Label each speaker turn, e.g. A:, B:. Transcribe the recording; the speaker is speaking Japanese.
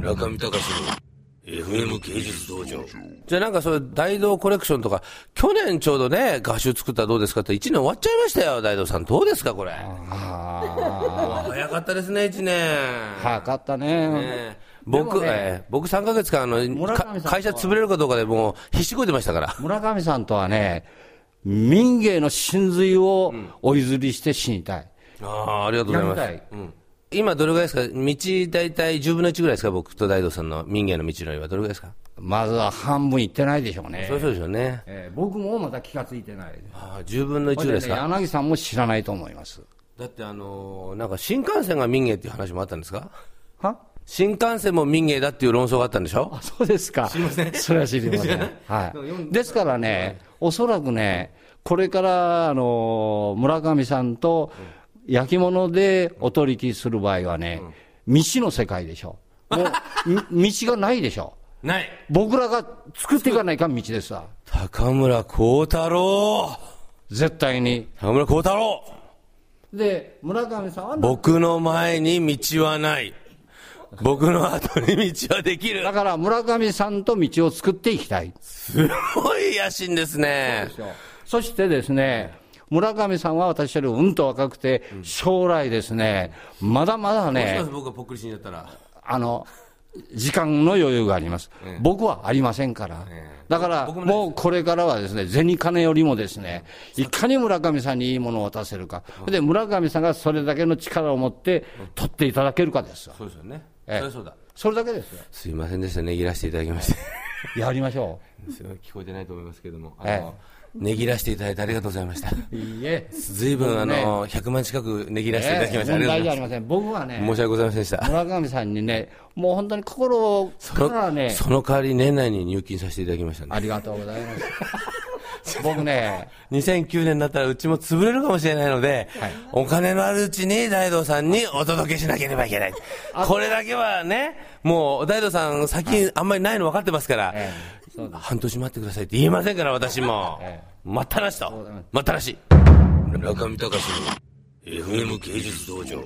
A: 中見隆の FM 芸術道場。
B: じゃあなんかそれ、大道コレクションとか、去年ちょうどね、画集作ったらどうですかって、1年終わっちゃいましたよ、大道さん。どうですか、これ。早かったですね、1年。
C: 早かったね。
B: えー僕、
C: でもね
B: えー僕3ヶ月間あの
C: 村上さん
B: か
C: とは
B: 会社潰れるかどうかでもう必死こいてましたから。
C: 村上さんとはね、民芸の真髄をお譲りして死にたい。
B: ああ、ありがとうございま
C: や
B: す
C: り。
B: うん今どれぐらいですか道大体10分の1ぐらいですか僕と大道さんの民芸の道のりはどれぐらいですか、
C: まずは半分いってないでしょうね
B: そ。うそうでしょうね。
C: えー僕もまた気がついてない。
B: ああ、10分の1ぐらいです
C: これね
B: か、
C: 柳さんも知らないと思います。
B: だってあのーなんか新幹線が民芸っていう話もあったんですか
C: は
B: 新幹線も民芸だっていう論争があったんでしょ
C: あそうですか。すみません。それは知りません。はい。ですからね、おそらくね、これから、あの、村上さんと焼き物でお取引する場合はね、道の世界でしょ。もう、 み道がないでしょ。
B: ない
C: 僕らが作っていかないかん道ですわ。
B: 高村光太郎
C: 絶対に。
B: 高村光太郎
C: で、村上さんは、
B: 僕の前に道はない。僕の後に道はできる
C: だ。から村上さんと道を作っていきたい。
B: すごい野心ですね。
C: そしてですね、村上さんは私よりうんと若くて、将来ですね、まだまだね、
B: 僕がぽっくり死んじゃったら。
C: あの、時間の余裕があります。僕はありませんから。だから、
B: 僕もないです
C: もうこれからはですね、銭金よりもですね、いかに村上さんにいいものを渡せるか。で、村上さんがそれだけの力を持って取っていただけるかですよ。
B: そうですよね。
C: ええ
B: そりゃそうだ。
C: それだけですよ。
B: すいませんでした。ねぎらしていただきま して。
C: やりましょ
B: すごい聞こえてないと思いますけども。あ
C: え
B: の、ねぎらしていただいてありがとうございました。
C: う。いいえ。
B: ずいぶんあの、100万近くねぎらしていただきました。ありがとうご
C: 問題じ
B: ざ
C: ゃあ
B: い
C: り
B: ま
C: ません。僕はね
B: す。、申し訳ございませんでした。
C: 村上さんにね、もう本当に心か
B: そ
C: ら
B: の
C: ね、
B: その代わり年内に入金させていただきました
C: あ
B: ね。
C: りがとうござい ます。僕ね、
B: 2009年になったらうちも潰れるかもしれないので、お金のあるうちに大道さんにお届けしなければいけない。これだけはね、もう大道さん先あんまりないの分かってますから、
C: ええそう
B: 半年待ってくださいって言いませんから私も
C: え。
B: 待ったなしと。待ったなし。中見隆の FM 芸術道場。